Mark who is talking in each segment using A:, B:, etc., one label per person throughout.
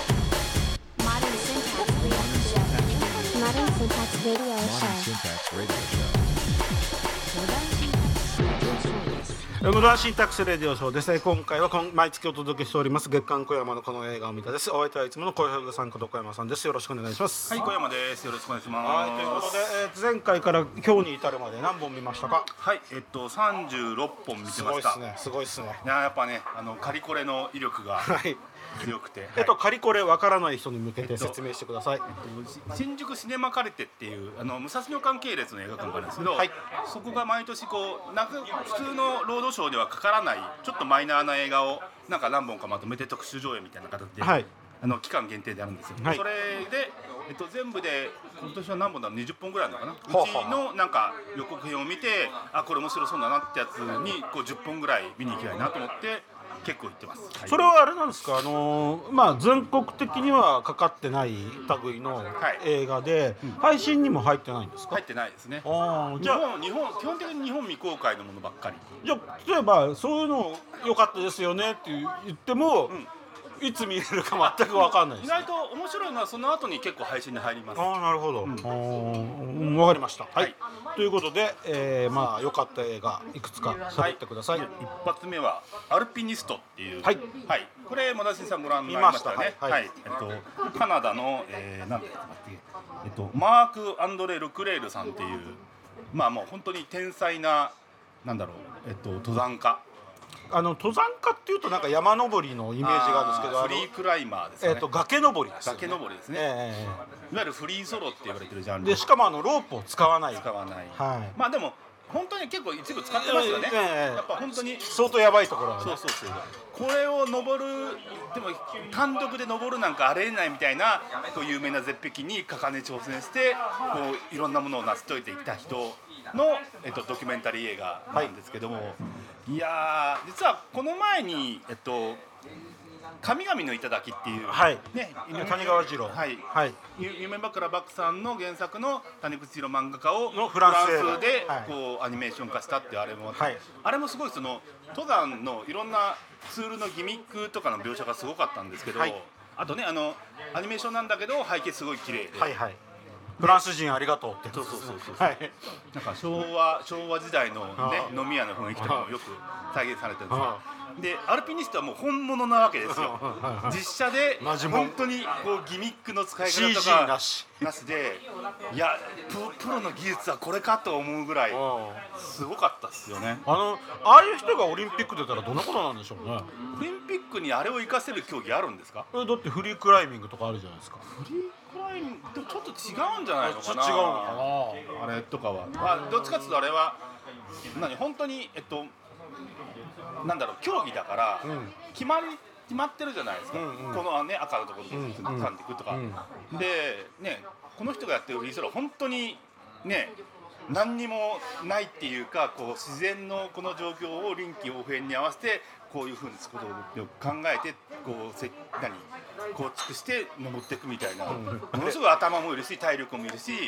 A: Modern
B: Modern Syntax Radio Show. Modern Syntax Radio Show.
A: Syntax Radio Show.
C: ムラシンタクスレディオショーですね今回は今毎月お届けしております月刊小山のこの映画を見たですお相手はいつもの小山さんこと小山さんですよろしくお願いします
D: はい、小山です。よろしくお願いし
C: はい
D: ます。
C: ということで、えー前回から今日に至るまで何本見ましたか
D: はい、えっと、三十六本見て
C: す
D: ま
C: ごい
D: し。
C: ったすねすごいっすね
D: いや、やっぱね、あの、カリコレの威力が
C: はい
D: 強くて。
C: えっと
D: は
C: カリコレわからない人に向けて説明してください
D: いし新宿シネマカルテっていうあの武蔵野館系列の映画館があるんですけど、
C: はい
D: そこが毎年こうなく普通のロードショーではかからないちょっとマイナーな映画をなんか何本かまとめて特集上映みたいな形で、
C: はい
D: あの期間限定であるんですよ、
C: はい
D: それで、えっと、全部で今年は何本だろう20本ぐらいあるのかな
C: ほう
D: う
C: ほう
D: ちのなんか予告編を見てあこれ面白そうだなってやつにこう10本ぐらい見に行きたいなと思って結構行ってます、はい
C: それはあれなんですか、あのーまあ、全国的にはかかってない類の
D: い
C: 映画で、配信にも入ってないんですか、
D: 入ってないですね
C: あー
D: 日
C: じゃあ
D: 本日本基本的に日本未公開のものばっかり
C: じゃあ例えばそういうの良かったですよねって言っても、
D: ん
C: いつ見れるか全く分かんないで
D: 意
C: すあ
D: 外と面白いのはその後に結構配信に入ります
C: あなるほど、あー分かりました、はいということで、えーまあ、良かった映画いくつか喋ってください、
D: 一発目はアルピニストっていう
C: はい
D: これもだしんさんご覧になりましたよね
C: 見ましたはいはい
D: えっとカナダのえー、なんだったっけえっとマークアンドレルクレールさんっていうまあもう本当に天才ななんだろうえっと登山家
C: あの登山家っていうとなんか山登りのイメージがあるんですけどあ
D: フ
C: の
D: リークライマーです
C: え
D: よ
C: ー、
D: ね、
C: と崖登りですよね
D: 崖登りですね、
C: え
D: いわゆるフリーソロって言われてるジャン
C: え
D: ル
C: でしかもあのロープを使わない
D: 使わない、
C: はい
D: まあでも本当に結構一部使ってますよね、
C: ええええ
D: やっぱ本当に
C: 相当やばいところは
D: そ
C: ね
D: うそうそうこれを登るでも単独で登るなんかあれないみたいなこう有名な絶壁に果敢に挑戦してこういろんなものを成し遂げてきた人の、えっと、ドキュメンタリー映画なんですけども、い、やー実はこの前に、えっと「神々の頂」っていう、
C: はい
D: ね、
C: 谷川二郎
D: はい
C: はい
D: ゆ夢枕バクさんの原作の谷口博漫画家を
C: のフランス
D: フランス
C: 映
D: で
C: 画はい
D: こうアニメーション化したっていうあれもあって、
C: はい
D: あれもすごいその登山のいろんなツールのギミックとかの描写がすごかったんですけど、
C: はい
D: あとねあのアニメーションなんだけど背景すごい綺麗で、
C: はいはいフランス人ありがとうってやつ
D: そうそうそうそう
C: はい
D: なんか昭和昭和時代の、
C: あ
D: ね、飲み屋の雰囲気とかもよく再現されてるんですよ
C: あ
D: でアルピニストはもう本物なわけですよ
C: ああ
D: 実写で
C: マジモン
D: 本当にこうギミックの使い方と
C: CG
D: か
C: なし
D: なしでいやプロプロの技術はこれかと思うぐらい
C: あ
D: すごかったっすよね
C: のああいう人がオリンピック出たらどんなことなんでしょうね
D: オリンピックにあれを活かせる競技あるんですか
C: えだってフリークライミングとかあるじゃないですか
D: フリークライミングでもちょっと違うんじゃないの
C: ち
D: か
C: ょっ
D: な
C: と違うのか
D: あれとかはあどっちかっていうとあれは何本当にえっとなんだろう競技だから、
C: ん
D: 決まり決まってるじゃないですか、
C: うんうん
D: このね赤のところで
C: うん
D: 掴んでいくとか、
C: う
D: でねこの人がやってるフリースロー本当にね何にもないっていうかこう自然のこの状況を臨機応変に合わせてこういうふうにことを考えてこうせ何構築して登っていくみたいな、ものすごい頭もいるし体力もいるし、ね、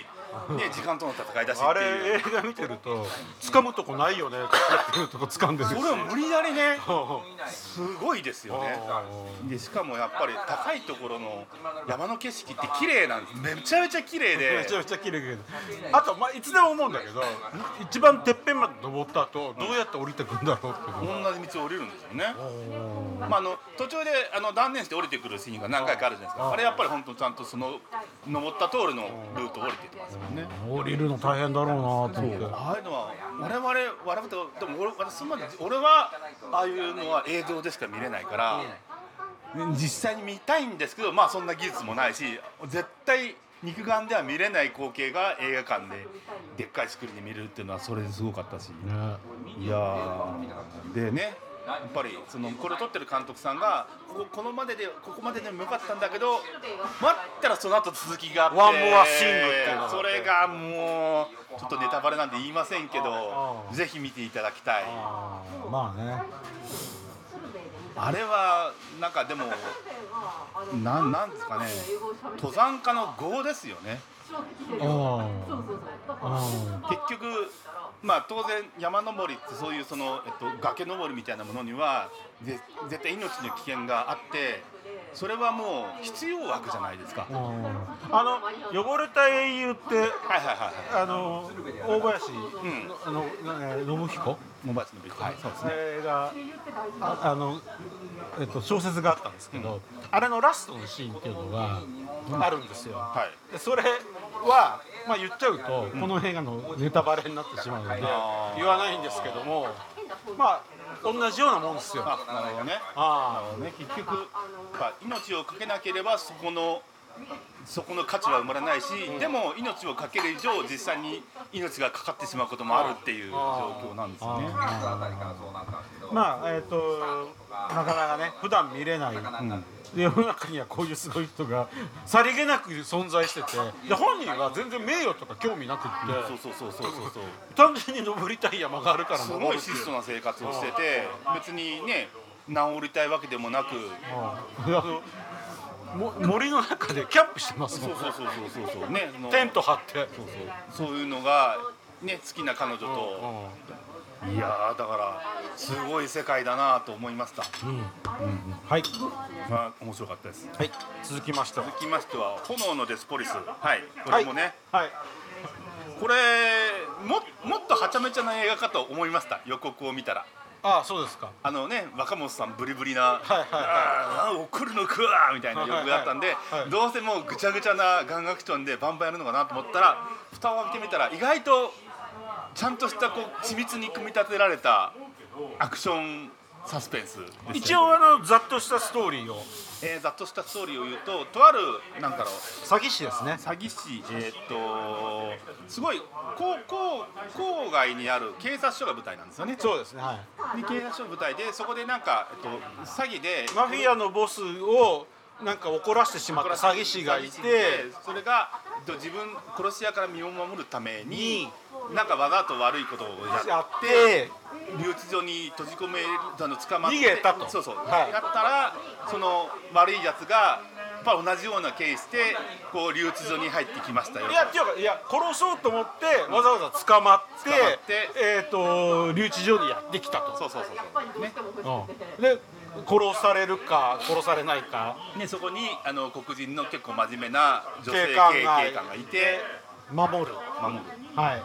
D: 時間との戦いだしっていう
C: あれ映画見てると掴むとこないよねって言ってるとこ掴んでる
D: それを無理やりね
C: は
D: すごいですよね
C: あ
D: でしかもやっぱり高いところの山の景色って綺麗なんですめちゃめちゃ綺麗
C: い
D: で
C: めちゃめちゃ綺麗だけどあとまあいつでも思うんだけど一番てっぺんまで登った後どうやって降りてくんだろうっていうのが
D: 同じ道を降りるんですよね、まあ、あの途中であの断念して降りてくるシーンが何回かあるじゃないですかあれやっぱり本当ちゃんとその登った通りのルートを降りてってますもんね
C: 降りるの大変だろうなと思って
D: ああいうのは我々我々とでも俺私そんなに俺はああいうのは映像でしか見れないから実際に見たいんですけどまあそんな技術もないし絶対肉眼では見れない光景が映画館ででっかいスクリーンで見れるっていうのはそれですごかったし
C: ね
D: いやーでねやっぱりそのこれを撮ってる監督さんがこここのまででここまででもよかったんだけど待ったらその後続きがあって
C: ワンモアシングっていうのがあって
D: それがもうちょっとネタバレなんで言いませんけ
C: あ
D: ど
C: あ
D: ぜひ見ていただきたい
C: あーまあね
D: あれはなんかでもなんなんですかね登山家の業ですよね
C: あーあー
D: 結局まあ当然山登りってそういうその、えっと、崖登りみたいなものにはぜ絶対命の危険があってそれはもう必要枠じゃないですか。はい
C: あの汚れた英雄って
D: はいはいはい。
C: あの大林
D: うん。
C: あのなえー信彦
D: モバチのビッグはい。そうですね。
C: えーがああの、えっと、小説があったんですけど、あれのラストのシーンっていうのがあるんですよ。
D: はい。
C: でそれは、まあ、言っちゃうと、この映画のネタバレになってしまうので
D: あー
C: 言わないんですけどもまあ同じようなもんですよ。
D: あ、なるほどね。なる
C: あ
D: ほどね。結局、やっぱ命をかけなければそこのそこの価値は生まれないし、でも命をかける以上実際に命がかかってしまうこともあるっていう状況なんですよね。
C: ーまあえっ、となかなかね普段見れない、で世の中にはこういうすごい人がさりげなく存在しててで本人は全然名誉とか興味なくって、
D: そうそうそうそうそうそう。
C: 単純に登りたい山があるから
D: す
C: 登
D: ご
C: る
D: い
C: って
D: 質
C: う
D: 素な生活をしてて別にね治りたいわけでもなく
C: あのも森の中でキャンプしてます
D: そ
C: も
D: うんそうそうそうそうそうねその
C: テント張って
D: そうそうそういうのがね好きな彼女といやーだからすごい世界だなと思いました
C: はい、
D: まあ面白かったです
C: はい、続きましては
D: 続きましては炎のデスポリスはいこれもね、
C: はい、
D: これももっとはちゃめちゃな映画かと思いました予告を見たら
C: ああそうですか
D: あのね若本さんブリブリな
C: はいはいはい
D: あー怒るのくわーみたいな欲があったんで、
C: はいはい
D: どうせもうぐちゃぐちゃなガンガクションでバンバンやるのかなと思ったら蓋を開けてみたら意外とちゃんとしたこう緻密に組み立てられたアクションサスペンスです
C: 一応あのざっとしたストーリーを
D: えーざっとしたストーリーを言うととあるなんだろう
C: 詐欺師ですね
D: 詐欺師えーっとすごいこうこう郊外にある警察署が舞台なんですよね
C: そうですねはい
D: で警察署舞台でそこでなんか、えっと、詐欺で
C: マフィアのボスをなんか怒らせてしまった詐欺師がいて
D: それがえっと自分殺し屋から身を守るために
C: に
D: なんかわざと悪いことをや
C: や
D: っ
C: ってて
D: 留置所に閉じ込めたの捕まって
C: 逃げたと
D: そうそう、
C: はい
D: やったらその悪いやつがやっぱ同じようなケースでこう留置所に入ってきましたよ
C: いやっていうかいや殺そうと思ってわざわざ捕まっ
D: 捕
C: て
D: まって
C: えっ、と留置所にやってきたと
D: そうそうそうそうね
C: で殺されるか殺されないか
D: ねそこにあの黒人の結構真面目な女性
C: 警
D: 警
C: 官が
D: 警官がいて
C: 守
D: 守
C: る
D: る
C: はい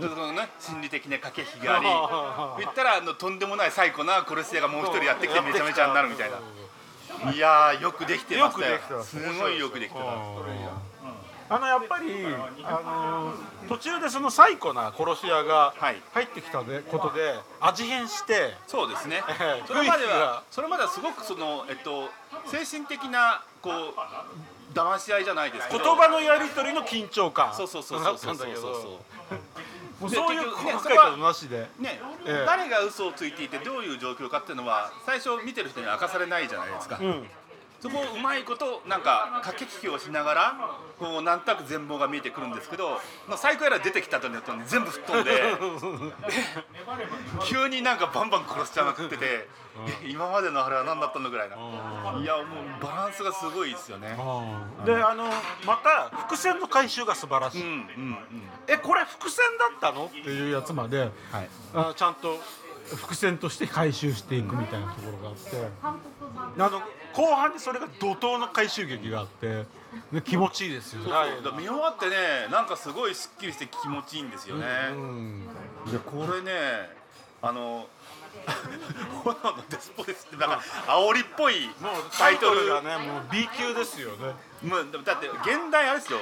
D: でそのね心理的な駆け引きがあり言ったらあのとんでもない最古な殺し屋がもう一人やってきてめちゃめちゃになるみたいないやーよくできてましたよ
C: よくできてます
D: すごいよくできてた
C: あのやっぱり、あのー途中でその最古な殺し屋が
D: はい
C: 入ってきたでことで味変して
D: そうですね
C: ええ
D: それまで
C: 雰囲気
D: は
C: が
D: それまではすごくそのえっと精神的なこう騙し合いじゃないですけ
C: 言
D: ど
C: 葉のやり取りの緊張感
D: そうそうそうそうそうそう
C: だったんだけど
D: そ
C: もうそういう
D: 結局ね
C: 細かいことなしで
D: うね、
C: ええ
D: 誰が嘘をついていてどういう状況かっていうのは最初見てる人には明かされないじゃないですか、
C: うん
D: そこをうまいことなんか駆け引きをしながらこうなんとなく全貌が見えてくるんですけど、まあ、最高やら出てきたとによって全部吹っ飛ん で急になんかバンバン殺しちゃなくってて、え今までのあれは何だったのぐらいな、いやもうバランスがすごいですよね。
C: であのまた伏線の回収が素晴らしい、
D: うんうんうん
C: えこれ伏線だったのっていうやつまで、
D: はい
C: あちゃんと伏線として回収していくみたいなところがあってあの後半にそれが怒涛の回収劇があってで気持ちいいですよね、
D: そうだから見終わってねなんかすごいすっきりして気持ちいいんですよね、いやこれねあの 「炎のデスポリス」ってなんか煽りっぽい
C: もう
D: タ
C: タ
D: イ
C: イ
D: ト
C: ト
D: ル
C: ルがねもう B 級ですよね
D: もうでもだって現代あれですよ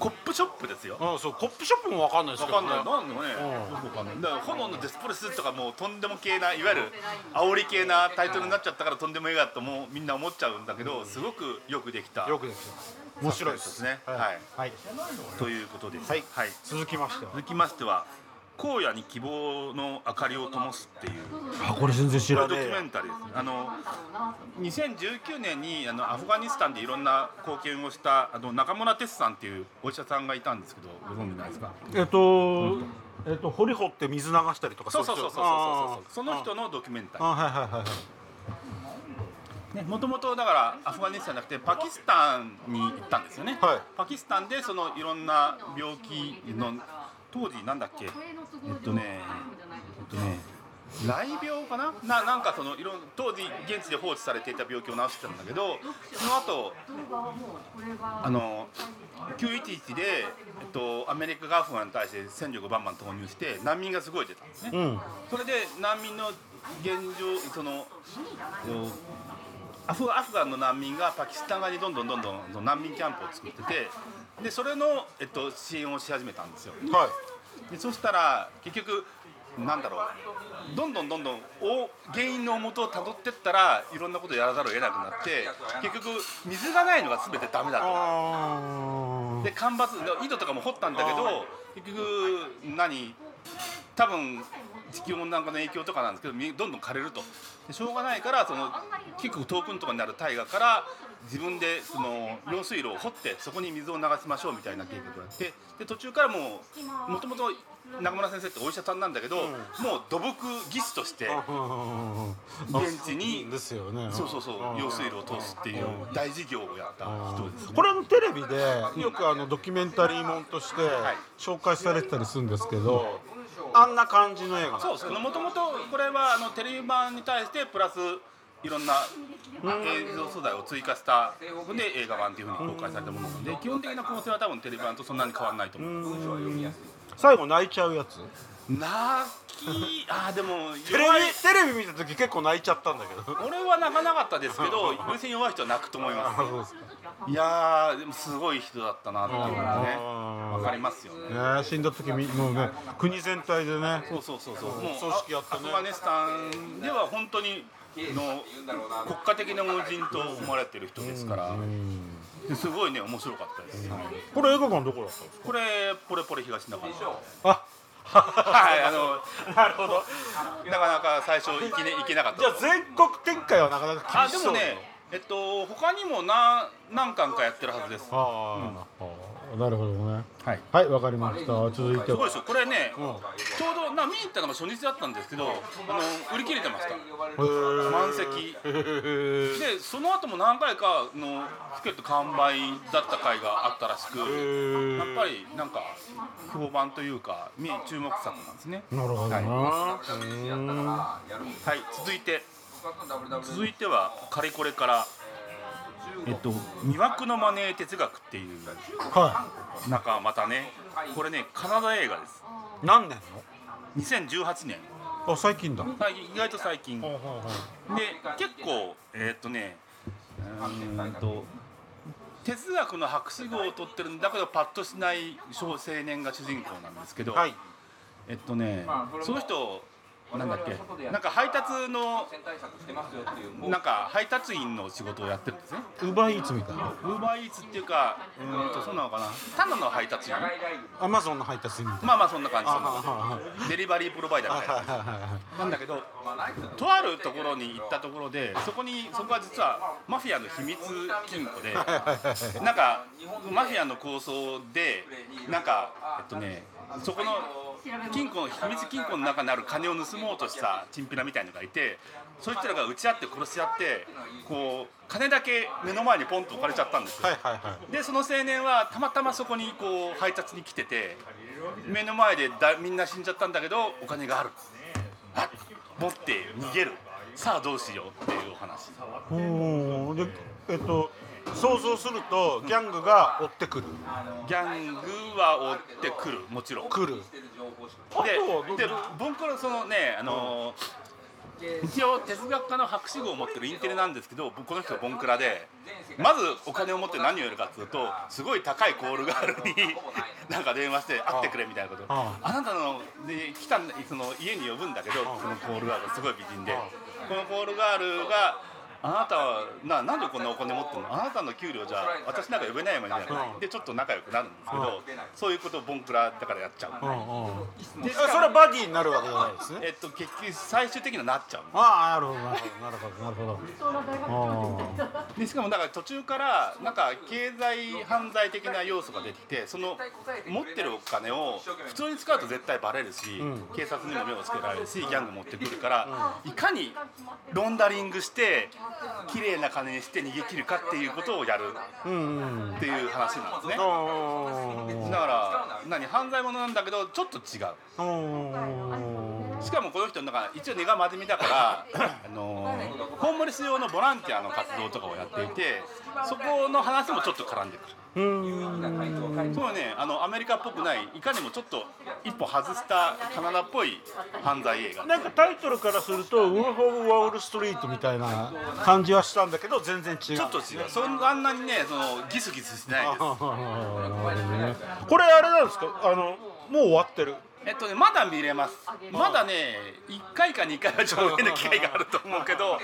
D: コップショップですよ
C: あそうコップショップも分かんないです
D: わ
C: け
D: か
C: ど
D: ん
C: ね
D: ないなんでもねよくわかんないだから炎のデスポリスとかもうとんでも系ないわゆる煽り系なタイトルになっちゃったからとんでも映画だともうみんな思っちゃうんだけどすごくよくできた
C: よくできてます面白いで
D: ですすね
C: は
D: はいい、
C: はい、
D: ということです
C: はい
D: はい、
C: 続きましては
D: 続きましては荒野に希望の明かりを灯すっていう
C: あこれ全然知
D: これドキュメンタリーですねあの2019年にあのアフガニスタンでいろんな貢献をしたあの中村哲さんっていうお医者さんがいたんですけどご存知ないですか
C: えっと、えっと掘り掘って水流したりとか
D: そうそうそうそうそう
C: あ
D: そうその人のドキュメンタ
C: あはいはいはいはい
D: リーもともとだからアフガニスタンじゃなくてパキスタンに行ったんですよね、
C: はい
D: パキスタンでそのいろんな病気の当時なんだっけえっとねえっとね雷病かなななんかそのいろん当時現地で放置されていた病気を治してたんだけどその後あの911で、えっと、アメリカがアフガンに対して戦力をバンバン投入して難民がすごい出たんですね、
C: うん
D: それで難民の現状そのえっとアフアフガンの難民がパキスタン側にどんどんどんどんその難民キャンプを作っててでそれの、えっと、支援をし始めたんですよ
C: はい
D: でそしたら結局なんだろうどんどんどんどんお原因の元をたどってったらいろんなことやらざるを得なくなって結局水がないのが全てダメだと。
C: あ
D: で干ばつで井戸とかも掘ったんだけど結局何多分地球温暖化の影響とかなんですけどみどんどん枯れるとでしょうがないからその結構遠くのところにある大河から自分でその用水路を掘ってそこに水を流しましょうみたいな計画をやってで途中からもうもともと中村先生ってお医者さんなんだけど、もう土木技師として
C: あ
D: 現地に
C: ですよね
D: そうそうそう用水路を通すっていう大事業をやった人ですね。
C: これあのテレビでよくあのドキュメンタリーもんとして紹介されてたりするんですけどあんな感じの映画
D: そうですもともとこれはあのテレビ版に対してプラスいろんな映像素材を追加したので映画版というふうに公開されたものなので基本的な構成は多分テレビ版とそんなに変わらないと思う
C: 最後泣いちゃうやつ
D: 泣きあーでも
C: テレビ
D: 弱い
C: テレビ見た時結構泣いちゃったんだけど
D: 俺は泣かなかったですけど別に弱い人は泣くと思い
C: あ
D: ま
C: そうですか
D: すいやーでもすごい人だったなっていうのがね
C: うん
D: わかりますよね
C: ね死んだ時みもうね国全体でね
D: そうそうそうそう。もう
C: 組織やったね
D: アフガニスタンでは本当にの国家的な恩人と思われてる人ですから、ですごいね面白かったです。
C: これ映画館どこだったんですか
D: これポレポレ東中野。
C: あ
D: はい、あのなるほど。なかなか最初行けね行けなかった。
C: じゃあ全国展開はなかなか
D: あ
C: 厳し
D: で
C: そ
D: も
C: う
D: ね、えっと他にもな何巻かやってるはずです。す
C: あーあーなるほどね
D: はい
C: はいわかりました続いて
D: ごい
C: は
D: ですよ。これね、
C: うん
D: ちょうどな見に行ったのが初日だったんですけど、あの売り切れてました。満席。
C: へ
D: でその後も何回かのチケット完売だった回があったらしくやっ
C: え
D: ぱりなんか評判というかみ注目作なんですね
C: なるほどな、
D: はい続いて続いてはかれこれからえっと「魅惑のマネー哲学」っていう
C: は
D: 中はまたねこれねカナダ映画です
C: い何年
D: 2018年
C: のあ最近だ
D: 最近意外と最近
C: はいはいはい
D: で結構えーっとねうーんと哲学の博士号を取ってるんだけどパッとしない小青年が主人公なんですけど、
C: はい
D: えっとねその人なんだっけなんか配達のなんか配達員の仕事をやってるんですね
C: ウーバーイーツみたいな
D: ウーバーイーツっていうかうーんとそうなのかなただの配達員
C: アマゾンの配達員みたい
D: まあまあそんな感じそんな感
C: な
D: じデリバリープロバイダーみたいな
C: はいはいはいはい
D: なんだけど、とあるところに行ったところで、そこに、そこは実はマフィアの秘密金庫で、なんか、マフィアの構想で、なんか、えっとね、そこの金庫の秘密金庫の中にある金を盗もうとしたチンピラみたいのがいて、そいつらが撃ち合って殺し合って、こう、金だけ目の前にポンと置かれちゃったんですよ。
C: はいはいはい
D: でその青年はたまたまそこにこう配達に来てて目の前でだみんな死んじゃったんだけどお金があるあ持って逃げるさあどうしようっていうお話
C: おーでえっと想像するとギャングが追ってくる
D: ギャングは追ってくるもちろん
C: 来る
D: でで僕らそのねあのー一応哲学家の博士号を持ってるインテリなんですけど僕この人はボンクラでまずお金を持って何をやるかっていうとすごい高いコールガールに なんか電話して会ってくれみたいなこと
C: あ
D: あなたので来たんその家に呼ぶんだけどそのコールガールすごい美人でこのコールガールがあなたはななんでこんなお金持ってるのあなたの給料じゃ私なんか呼べないもんじゃないかでちょっと仲良くなるんですけどそういうことをボンクラだからやっちゃう
C: うんうんでそれはバディになるわけじゃないですね
D: えっと、結局最終的にはなっちゃう
C: ああなるほどなるほどなるほどなるほどあ
D: でしかもだから途中からなんか経済犯罪的な要素が出てきてその持ってるお金を普通に使うと絶対バレるし、警察にも目をつけられるしギャング持ってくるから、いかにロンダリングして綺麗な金にして逃げ切るかっていうことをやる
C: うんうん
D: っていう話なんですね
C: おー
D: だから何犯罪者なんだけどちょっと違う
C: おー
D: しかもこの人なんか一応根が真面目だからあのーホームレス用のボランティアの活動とかをやっていてそこの話もちょっと絡んでくる
C: うん
D: そうねあのアメリカっぽくないいかにもちょっと一歩外したカナダっぽい犯罪映画
C: なんかタイトルからすると「ウルフ・オブ・ウォール・ストリート」みたいな感じはしたんだけど全然違う
D: ちょっと違うそんあんなにねそのギスギスしないです
C: これあれなんですかあのもう終わってる
D: えっとね、まだ見れます。まだね、一回か二回は上映の機会があると思うけど。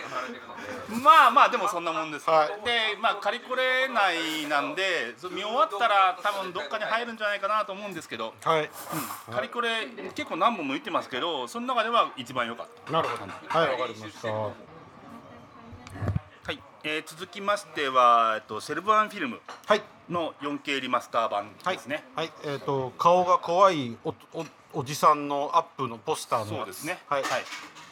D: まあまあ、でもそんなもんです。
C: はい
D: で、まあ、借りこれないなんで、そ見終わったら、多分どっかに入るんじゃないかなと思うんですけど。
C: はい
D: 借りこれ、結構何本も見てますけど、その中では一番良かった。
C: なるほどはいわかりましたは
D: はい、えー続きましては、えっと、シェルブアンフィルム
C: い
D: の 4K リマスター版
C: はい
D: ですね。
C: はいえっ、と顔が怖いおおおじさんのアップのポスターの
D: そうですね。
C: はい、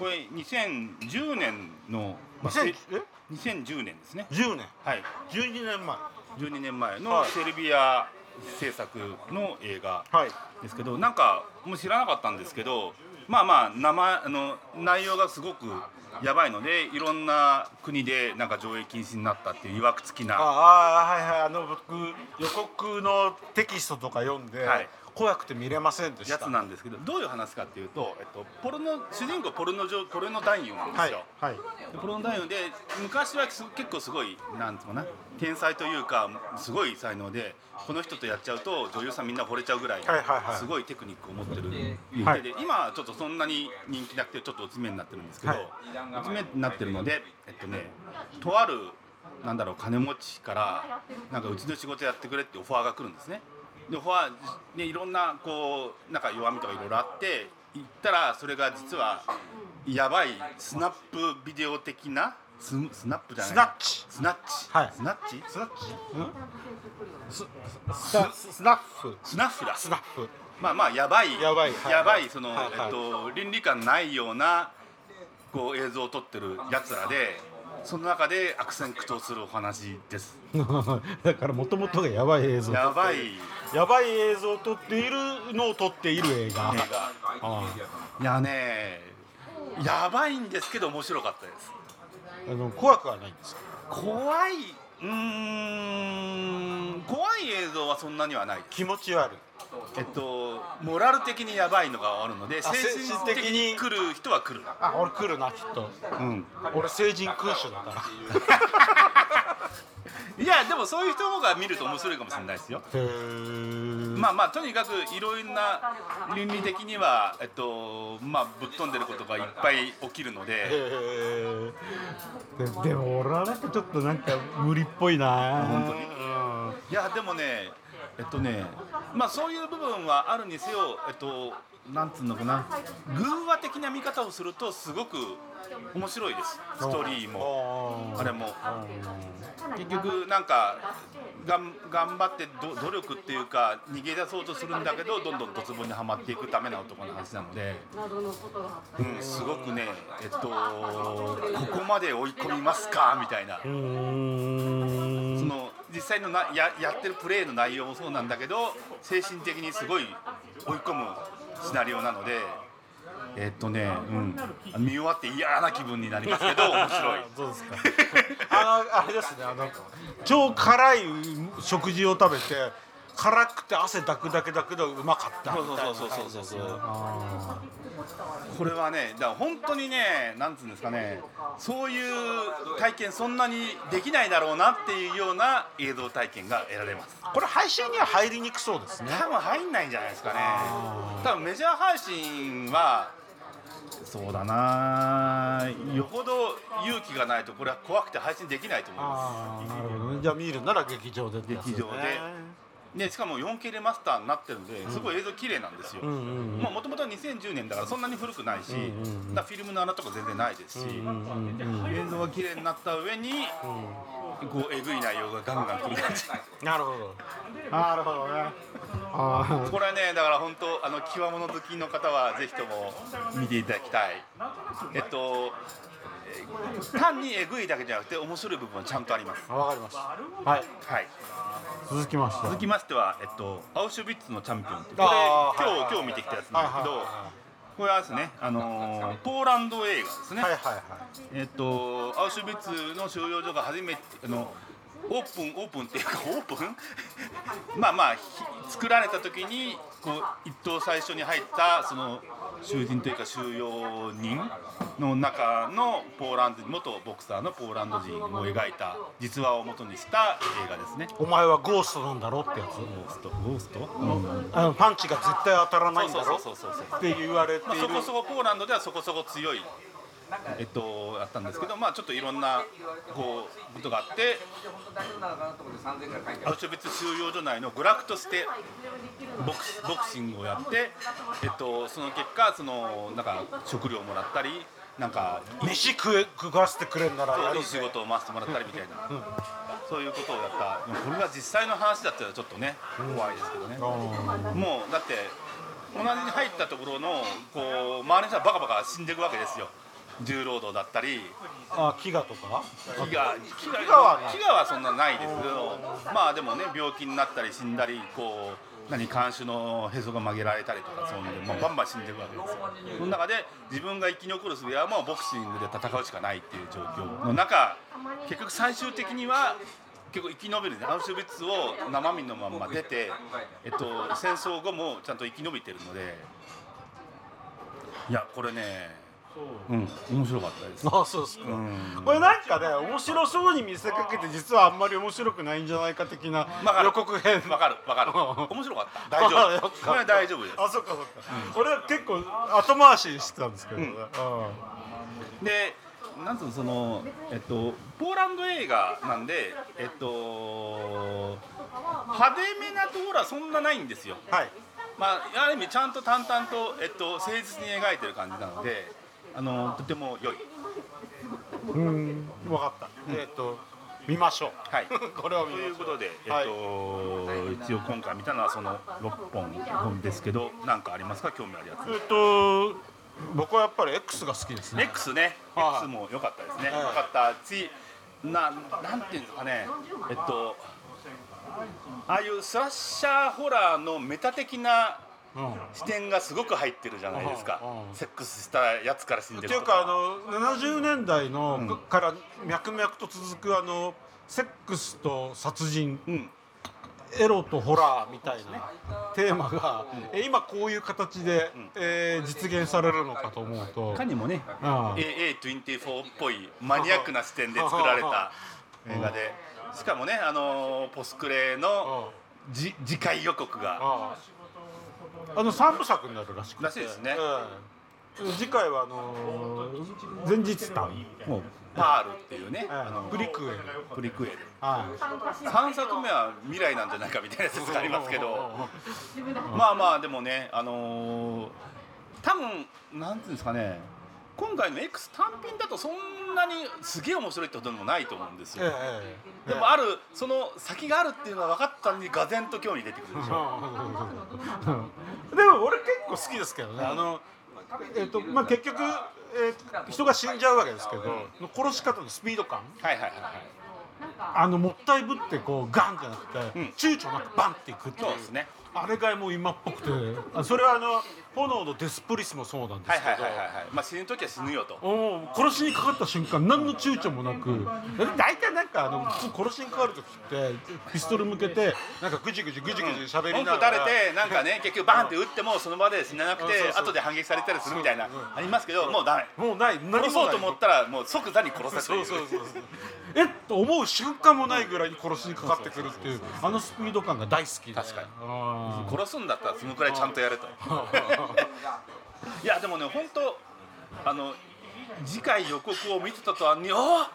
D: これ、2010年の。まあ
C: 2000え
D: 2010年ですね。
C: 10年
D: はい。
C: 12年前
D: 12年前
C: は
D: の
C: い
D: セルビア制作の映画
C: はい
D: ですけどなんかもう知らなかったんですけどまあまあ名前あの内容がすごくやばいのでいろんな国でなんか上映禁止になったっていういわくつきな
C: ああーはいはいあの僕予告のテキストとか読んで、
D: はい
C: 怖くて見れませんでした
D: やつなんですけどどういう話かっていうと、えっと、ポルノ主人公ポルノ女ポルノ男優なんで
C: は
D: す
C: い
D: よ。
C: はい
D: でポルノ男優で昔はす結構すごいなんつうのかな天才というかすごい才能でこの人とやっちゃうと女優さんみんな惚れちゃうぐらい
C: はいはいはい
D: すごいテクニックを持ってる、
C: はい
D: で今はちょっとそんなに人気なくてちょっとおつめになってるんですけど、
C: はい
D: おつめになってるのでえっとねとあるなんだろう金持ちからなんかうちの仕事やってくれってオファーが来るんですね。でオファーねいろんなこうなんか弱みとかいろいろあって行ったらそれが実はやばいスナップビデオ的なススナップじゃない
C: スナッチ
D: スナッチ、
C: はい
D: スナッチスナッチ
C: ススナッフ
D: スナッフだ
C: スナッフ
D: まあまあやばい
C: やばいはい
D: やばいその、
C: はいはい
D: えっと、倫理観ないようなこう映像を撮ってるやつらでその中で悪戦苦闘するお話です
C: だからもともとがやばい映像
D: やばい
C: やばい映像を撮っているのを撮っている映画
D: 映画
C: あ
D: いやねやばいんですけど面白かったです
C: あの怖くはないんですか
D: 怖いうーん怖い映像はそんなにはない
C: 気持ち悪い
D: えっとモラル的にやばいのがあるので精
C: あ
D: 神的に来る人は来る、
C: あ俺来るなきっと
D: うん、
C: 俺成人君主だか
D: いやでもそういう人の方が見ると面白いかもしれないですよ
C: らへー
D: まあまあとにかくいろいろな倫理的には、えっとまあ、ぶっ飛んでることがいっぱい起きるの
C: へ
D: で
C: ーででも俺はなんかちょっとなんか無理っぽいな
D: 本当に
C: うん
D: いやでもねえっとねまあそういう部分はあるにせよえっとなんつうのかな偶話的な見方をするとすごく面白いですストーリーも
C: あー
D: あれも結局なんかがん頑張ってど努力っていうか逃げ出そうとするんだけどどんどんドツボにはまっていくための男の話なので、うん、すごくねえっとここまで追い込みますかみたいな
C: うーん
D: その実際のなややってるプレーの内容もそうなんだけど精神的にすごい追い込むシナリオなので。えっとね、うん、見終わって嫌な気分になりますけど面白い
C: あそうですかあのあれですねあの超辛い食事を食べて辛くて汗だくだけだけどうまかった
D: そうそうそうそうそうそう
C: あ
D: これはねだから本当にねなんつうんですかねそういう体験そんなにできないだろうなっていうような映像体験が得られます
C: ーこれ配信には入りにくそうですね
D: 多分入んないんじゃないですかね多分メジャー配信はそうだなよほど勇気がないとこれは怖くて配信できないと思いま
C: ああなるほどねじゃあ見るなら劇場でってやつね
D: 劇場ですねしかも 4K レマスターになってるんですごい映像綺麗なんですよ、
C: うんうん
D: もともと2010年だからそんなに古くないし、
C: んうんうん
D: だからフィルムの穴とか全然ないですし、
C: うんうんうんうん
D: 映像が綺麗になった上にこうえぐい内容がガンガン来る感じ
C: なるほどなるほどねあ
D: これはねだから本当あの極物好きの方はぜひとも見ていただきたいえっとえー単にえぐいだけじゃなくて面白い部分はちゃんとあります
C: あわかりましたは
D: は
C: い
D: い
C: 続きまして
D: 続きましては、えっと、アウシュビッツのチャンピオンってこれ
C: あー
D: 今日、
C: はい
D: 今日見てきたやつなんですけど、これはですね、あのーポーランド映画ですね、
C: はいはいはい
D: えっと、アウシュビッツの収容所が初めてあのオープンオープンっていうかオープン まあまあひ作られた時にこう一等最初に入ったその囚人というか収容人の中のポーランド元ボクサーのポーランド人を描いた実話を元にした映画ですね。
C: お前はゴーストなんだろってやつ
D: ゴーストゴースト、
C: あのパンチが絶対当たらないんだろっ
D: そうそうそうそうそう
C: て言われてい
D: まあ、そ
C: る
D: こそこポーランドではそこそこ強い、えっと、だったんですけど、まあ、ちょっといろんなこうことがあってアウシュビッツ収容所内の娯楽としてボクスボクシングをやって、えっと、その結果そのなんか食料をもらったりなんか
C: 飯食え食わせてくれんならや
D: い
C: る
D: い仕
C: ぜ
D: 事を回してもらったりみたいな、そういうことをやったでもこれが実際の話だったらちょっとね怖いですけどね。
C: うん
D: もうだって同じに入ったところのこう周りの人はバカバカ死んでいくわけですよ重労働だったり
C: あ飢餓とか
D: 飢餓飢
C: 飢餓はない
D: 飢餓はそんなないですけどまあでもね病気になったり死んだりこう何看守のへそが曲げられたりとかそういうので、まあ、バンバン死んでいくわけですよその中で自分が生き残る術はもうボクシングで戦うしかないっていう状況の中結局最終的には結構生き延びるねアウシュビッツを生身のまんま出て、えっと、戦争後もちゃんと生き延びてるのでいやこれねうん面白かったです。
C: あそうっすか、
D: うん
C: これなんかね面白そうに見せかけて実はあんまり面白くないんじゃないか的な
D: わかる
C: 予告編
D: わかるわかる
C: う
D: 面白かった大丈
C: よ
D: 夫
C: かった
D: これは大丈夫です
C: あそっかそっか、俺は結構後回しにしてたんですけどね、
D: うん
C: うん
D: でなんつうのそのえっとポーランド映画なんでえっと派手めなところはそんなないんですよ
C: はい
D: まあある意味ちゃんと淡々とえっと誠実に描いてる感じなのであのとても良い
C: うん分かった、えっと見ましょう
D: はい
C: これを
D: と
C: 見ましょう
D: いうことで、えっと
C: はい
D: 一応今回見たのはその6本本ですけど何かありますか興味あるやつ
C: えっと僕はやっぱり X が好きですね
D: X ね、
C: はい
D: X も良かったですね、良
C: はい
D: かったし、ななんていうんですかね、えっと、ああいうスラッシャーホラーのメタ的な
C: うん
D: 視点がすごく入ってるじゃないですか
C: うんうん、
D: セックスしたやつから死んで
C: っ
D: る
C: てい
D: と
C: うかあの70年代の、から脈々と続くあのセックスと殺人
D: うん、
C: エロとホラーみたいなテーマが、え今こういう形で、えー実現されるのかと思うと、
D: 他にもね、
C: あ
D: AA24 っぽいマニアックな視点で作られた映画で、しかもね、あのポスクレの
C: あ
D: じ次回予告が。
C: あああの三部作になるらしくて
D: らしいですね
C: ええ次回はあのー前日譚、
D: もうパールっていうね、
C: ええ
D: あの
C: プリクエル、
D: プリクエル
C: は
D: 3作目は未来なんじゃないかみたいな説
C: い、
D: がありますけどまあまあでもねあのー多分なんていうんですかね今回の X 単品だとそんなにすげえ面白いってことでもないと思うんです
C: ええ
D: よ、
C: ええ
D: でもあるその先があるっていうのは分かったのにがぜんと興味出てくるでしょ
C: うんでも俺結構好きですけどねあの、えっとまあ、結局、えー人が死んじゃうわけですけど殺し方のスピード感
D: はいはいはいはい
C: あのもったいぶってこうガンじゃなくて、
D: うん
C: 躊躇なくバンっていくってい
D: そううですね
C: あれがもう今っぽくてあそれはあの炎のデスプリスもそうなんで
D: はい
C: すけ
D: はい
C: ど。
D: はいはいはいまあ死ぬ時は死ぬよと
C: おー殺しにかかった瞬間何の躊躇もなく大体なんかあの普通殺しにかかる時ってピストル向けてなんかぐじぐじぐじぐじ喋り
D: 本
C: な
D: 当
C: が
D: だ
C: ら、
D: れてなんかね結局バンって打ってもその場で死ななくて
C: うんそうそう
D: 後で反撃されたりするみたいなありますけどもうダメ
C: もうない何もない
D: 殺そうと思ったらもう即座に殺せとい
C: そうそうそうそうえっと思う瞬間もないぐらいに殺しにかかってくるっていうあのスピード感が大好きで
D: 確かに
C: あー
D: 殺すんだったらそのくらいちゃんとやれと いやでもね本当あの次回予告を見てたとはにあ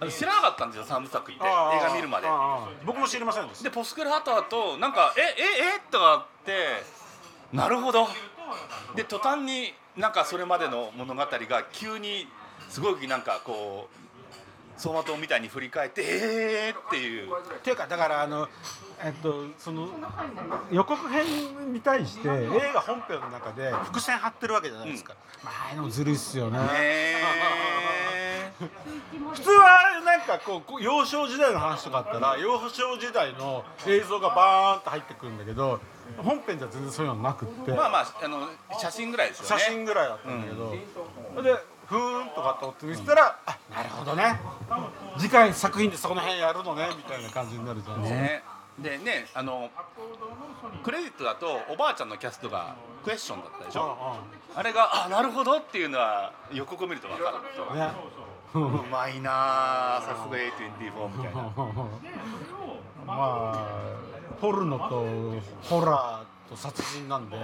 D: あの知らなかったんですよ三部作品で映
C: あー
D: 画見るまで
C: あー僕も知りませんでした
D: でポスクラハタとなんかええええとかあってなるほどで途端になんかそれまでの物語が急にすごくなんかこう走馬灯みたいに振り返ってええー、って いう
C: っていうかだからあのえっとその予告編に対して映画本編の中で伏線張ってるわけじゃないですか、まあああいうのもずるいっすよね
D: えー、
C: 普通はなんかこうこう幼少時代の話とかあったら幼少時代の映像がバーンと入ってくるんだけど本編じゃ全然そういうのなくって、
D: まあまああの写真ぐらいですよ
C: 写
D: ね
C: 真ぐらいだったんだけど、それでふーんとかって追って見てたら、あなるほどね次回作品でそこの辺やるのねみたいな感じになるじゃないですか、
D: ねでねあのクレジットだとおばあちゃんのキャストがクエスチョンだったでし
C: うん
D: ょあれがあなるほどっていうのは予告を見ると分かる
C: うんね
D: うまいなあさすが A24 みたいな
C: まあポルノとホラーと殺人なんで、
D: ん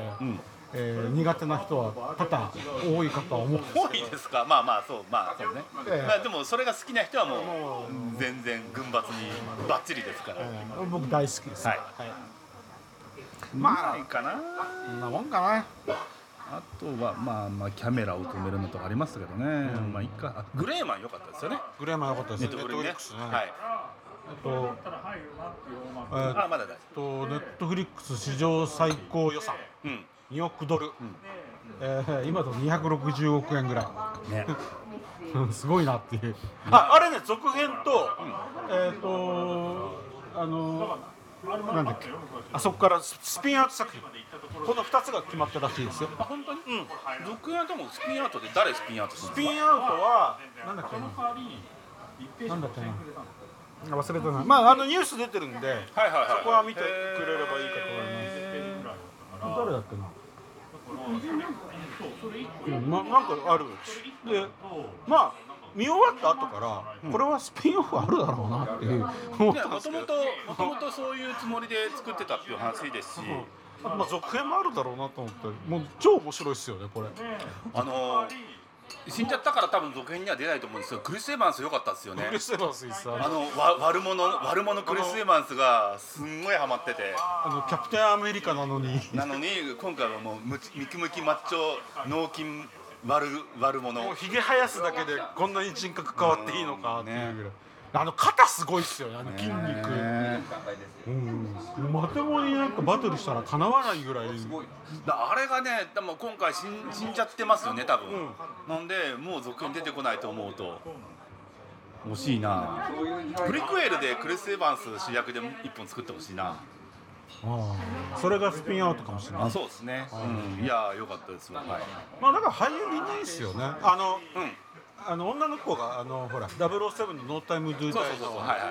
C: えー苦手な人は多々多いかとは思うんです
D: 多いですかまあまあそうまあそうね、
C: ええ
D: まあ、でもそれが好きな人はも
C: も
D: う全然群抜にバッチリですから、
C: けど、えー僕大好きです、
D: はいまあいいかな
C: こんなもんかな
D: あとはまあまあキャメラを止めるのとかありますけどね、まあいいかあグレーマン良かったですよね
C: グレーマン良かったです
D: ネ
C: ね
D: ットフリ
C: ネ
D: ね
C: ットフリックスね
D: はい
C: あとえー
D: あまだ大丈
C: えっとネットフリックス史上最高予算
D: 夫うん
C: 2億ドル、えー今だと260億円ぐらい
D: ね
C: うん すごいなっていうああれね続編と、えっ、とあのなんだっけあそこからススピンアウト作品この2つが決まったらしいですよ
D: あ本当にうん続編はでもスピンアウトで誰スピンアウトする
C: ス
D: ん
C: ピン
D: です
C: アウトはなんだっけななんだっけな忘れたなまああのニュース出てるんで
D: かはいはいはい
C: そこは見てくれればいいかと思います誰だっけな、うん、ななんかあるでまあ見終わった後から、これはスピンオフあるだろうなっていう思ったん
D: も
C: です
D: と
C: け
D: も
C: ど、
D: ともともとそういうつもりで作ってたっていう話ですし
C: まあ、続編もあるだろうなと思ってもう超面白いっすよねこれ
D: あの死んじゃったから多分続編には出ないと思うんですけどクリス・エヴァンス良かったですよね
C: クリステラスイス
D: あ
C: あの
D: のわ悪者悪者クリス・エヴァンスがすんごいハマってて
C: あのキャプテンアメリカなのに
D: なのに今回はもうムチムキムキマッチョ脳筋悪悪者
C: もうひげ生やすだけでこんなに人格変わっていいのかっていうぐらい、あの肩すごいっすよねあの筋肉、
D: ね
C: うんまともになんかバトルしたらかなわないぐらい
D: だあれがねでも今回死ん死んじゃってますよね多分、なんでもう続編出てこないと思うと惜しいなプリクエルでクリス・エヴァンス主役で一本作ってほしいな
C: ああそれがスピンアウトかもしれない
D: そうですね、うん、いやー良かったですわはい
C: まあだから俳優いないですよねあの
D: うん
C: あの女の子があのほら007の「ノータイム・ドゥ・
D: そう
C: ダ
D: そう
C: イ
D: そうそう
C: の
D: はいはい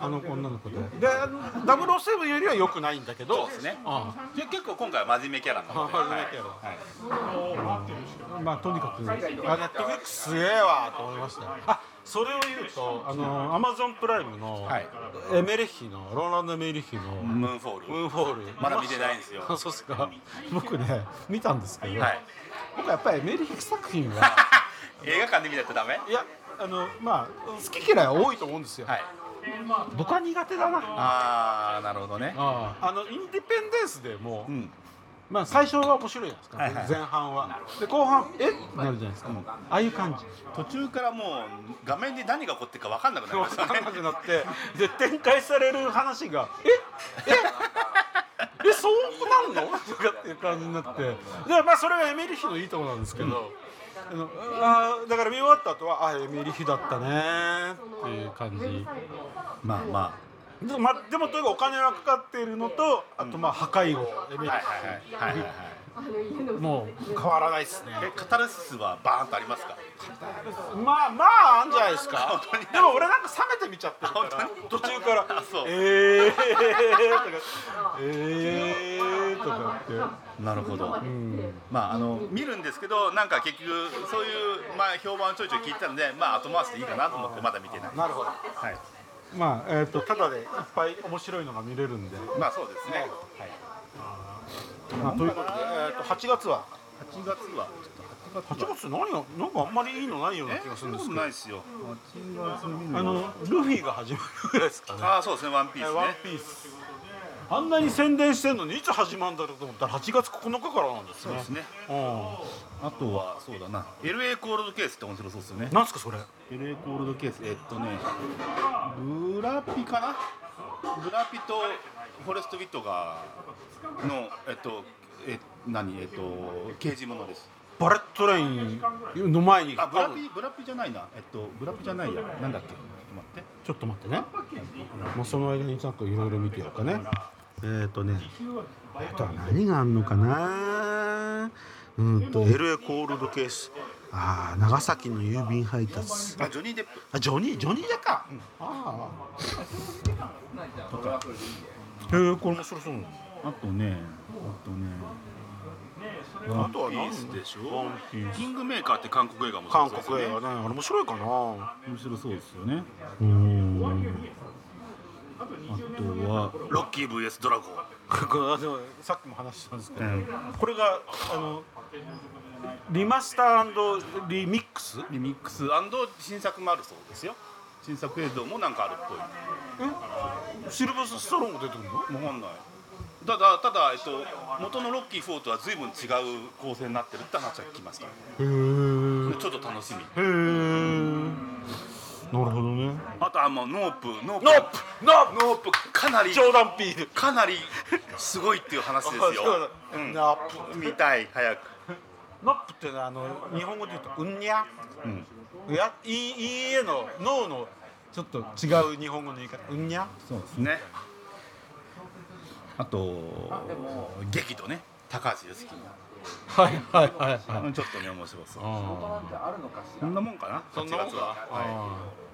C: あの女の子でであの007よりは良くないんだけど
D: そうですね
C: あ
D: け結構今回は真面目キャラなので
C: 真面目キャラ
D: はいはい
C: あまあとにかくあネットフリックスすげえわと思いましたよあそれを言うとあのアマゾンプライムの、
D: はい
C: エメレッヒのローランド・エメレッヒの、
D: ムーンフォール、
C: ムーンフォール
D: まだ見てないんですよ
C: あ そうっすか僕ね見たんですけど、
D: はい
C: 僕はやっぱりエメリヒク作品は
D: 映画館で見たってダメ
C: いやあのまあ好き嫌いは多いと思うんですよ、
D: はい
C: 僕は苦手だなあ
D: ああなるほどね
C: ああのインディペンデンスでも、
D: うん
C: まあ、最初は面白いじゃないですか、
D: はいはい
C: 前半はで後半えってなるじゃないですか、ああいう感じ
D: 途中からもう画面で何が起こってるか分かんなくなりま
C: 分
D: した
C: か
D: ね
C: んなくなってで展開される話がえ ええそうなんのとかっていう感じになってでまあそれがエメリヒのいいところなんですけど、あのあーだから見終わった後はあエメリヒだったねーっていう感じ。
D: まあま
C: でまあ、でもとにかくお金がかかっているのとあとまあ破壊王エメリ
D: あはいはいはいはいはい
C: ヒもう変わらないですね
D: えカタルシスはバーンとありますか
C: まあまああんじゃないですかでも俺なんか冷めて見ちゃってるから途中から
D: あそう
C: えー」とか「えー」とかって
D: なるほど、
C: うん
D: まああの見るんですけどなんか結局そういうまあ評判をちょいちょい聞いてたのでまあ後回しでいいかなと思ってまだ見てない
C: なるほど
D: はい
C: まあえっ、とただでいっぱい面白いのが見れるんで
D: まあそうですね
C: まあということで、えー、と8月は
D: 8月はちょっと8
C: 8月何がなんかあんまりいいのないような気がするんですけど
D: ないですよ
C: あのルフィが始まるぐらいですかね
D: ああそうですねワンピー
C: え
D: ス
C: ワン
D: ね
C: ピースあんなに宣伝してんのにいつ始まるんだろうと思ったら8月9日からなんです
D: そう
C: ね
D: ですね
C: う
D: あとはそうだな LA コールドケースって面白そうですよね
C: んなんすかそれ
D: LA コールドケースえっとねブラピかなブラピとフォレスト・ウィットがのえっとえ何えっと刑事ものです
C: バレットレインの前に
D: あブラ
C: あ
D: ピブラピじゃないなえっとブラピじゃないやなんだっけちょっと待って
C: ちょっと待ってねもうその間になんかいろいろ見てようかねえっ、ー、とねあとは何があんのかなうんと LA コールドケースああ長崎の郵便配達
D: あジョニー・デップ
C: あジョニージョニーだか、あ
D: とか
C: あへえこれ面白そうな
D: あとねあとね
C: のあとは
D: ピー
C: 何
D: スでし
C: ワ
D: ょ
C: ンピース
D: キングメーカーって韓国映画も
C: 韓国映画
D: ね
C: ねあれ面白いかな
D: 面白そうですよね
C: うん
D: あとはロッキー VS ドラゴン
C: こ れあのさっきも話したんですけど、
D: うん
C: これがあのリマスターリミックス
D: リミックス新作もあるそうですよ新作映像もなんかあるっぽい
C: シルバースストロング出てくるの
D: 分かんないただただ、えっと、元のロッキー4とは随分違う構成になってるって話は聞きました
C: へー
D: ちょっと楽しみ
C: へーなるほどね
D: あとあもうノープノープ
C: ノープノー
D: ノープかなり
C: プ冗談ピール
D: かなりすごいっていう話ですよ
C: あそうだ
D: うん
C: ノープ
D: 見たい早く
C: ノップってのはあの日本語で言うと「うんにゃ」
D: うん
C: いやいいいいえの「脳のちょっと違う日本語の言い方「うんにゃ
D: そうですねあと激怒ね高橋良樹」
C: はいはいはいは
D: もちょっとね面白そう
C: あ
D: こんなもんかな
C: そんなも
D: 8
C: ん
D: 月
C: か
D: はは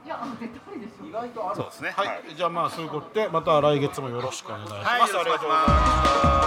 D: い
C: あ
D: そうですね
C: はい、じゃあまあそういうことでまた来月もよろしくお願いします。
D: はい、よろしくお願いし
C: す。
D: ます。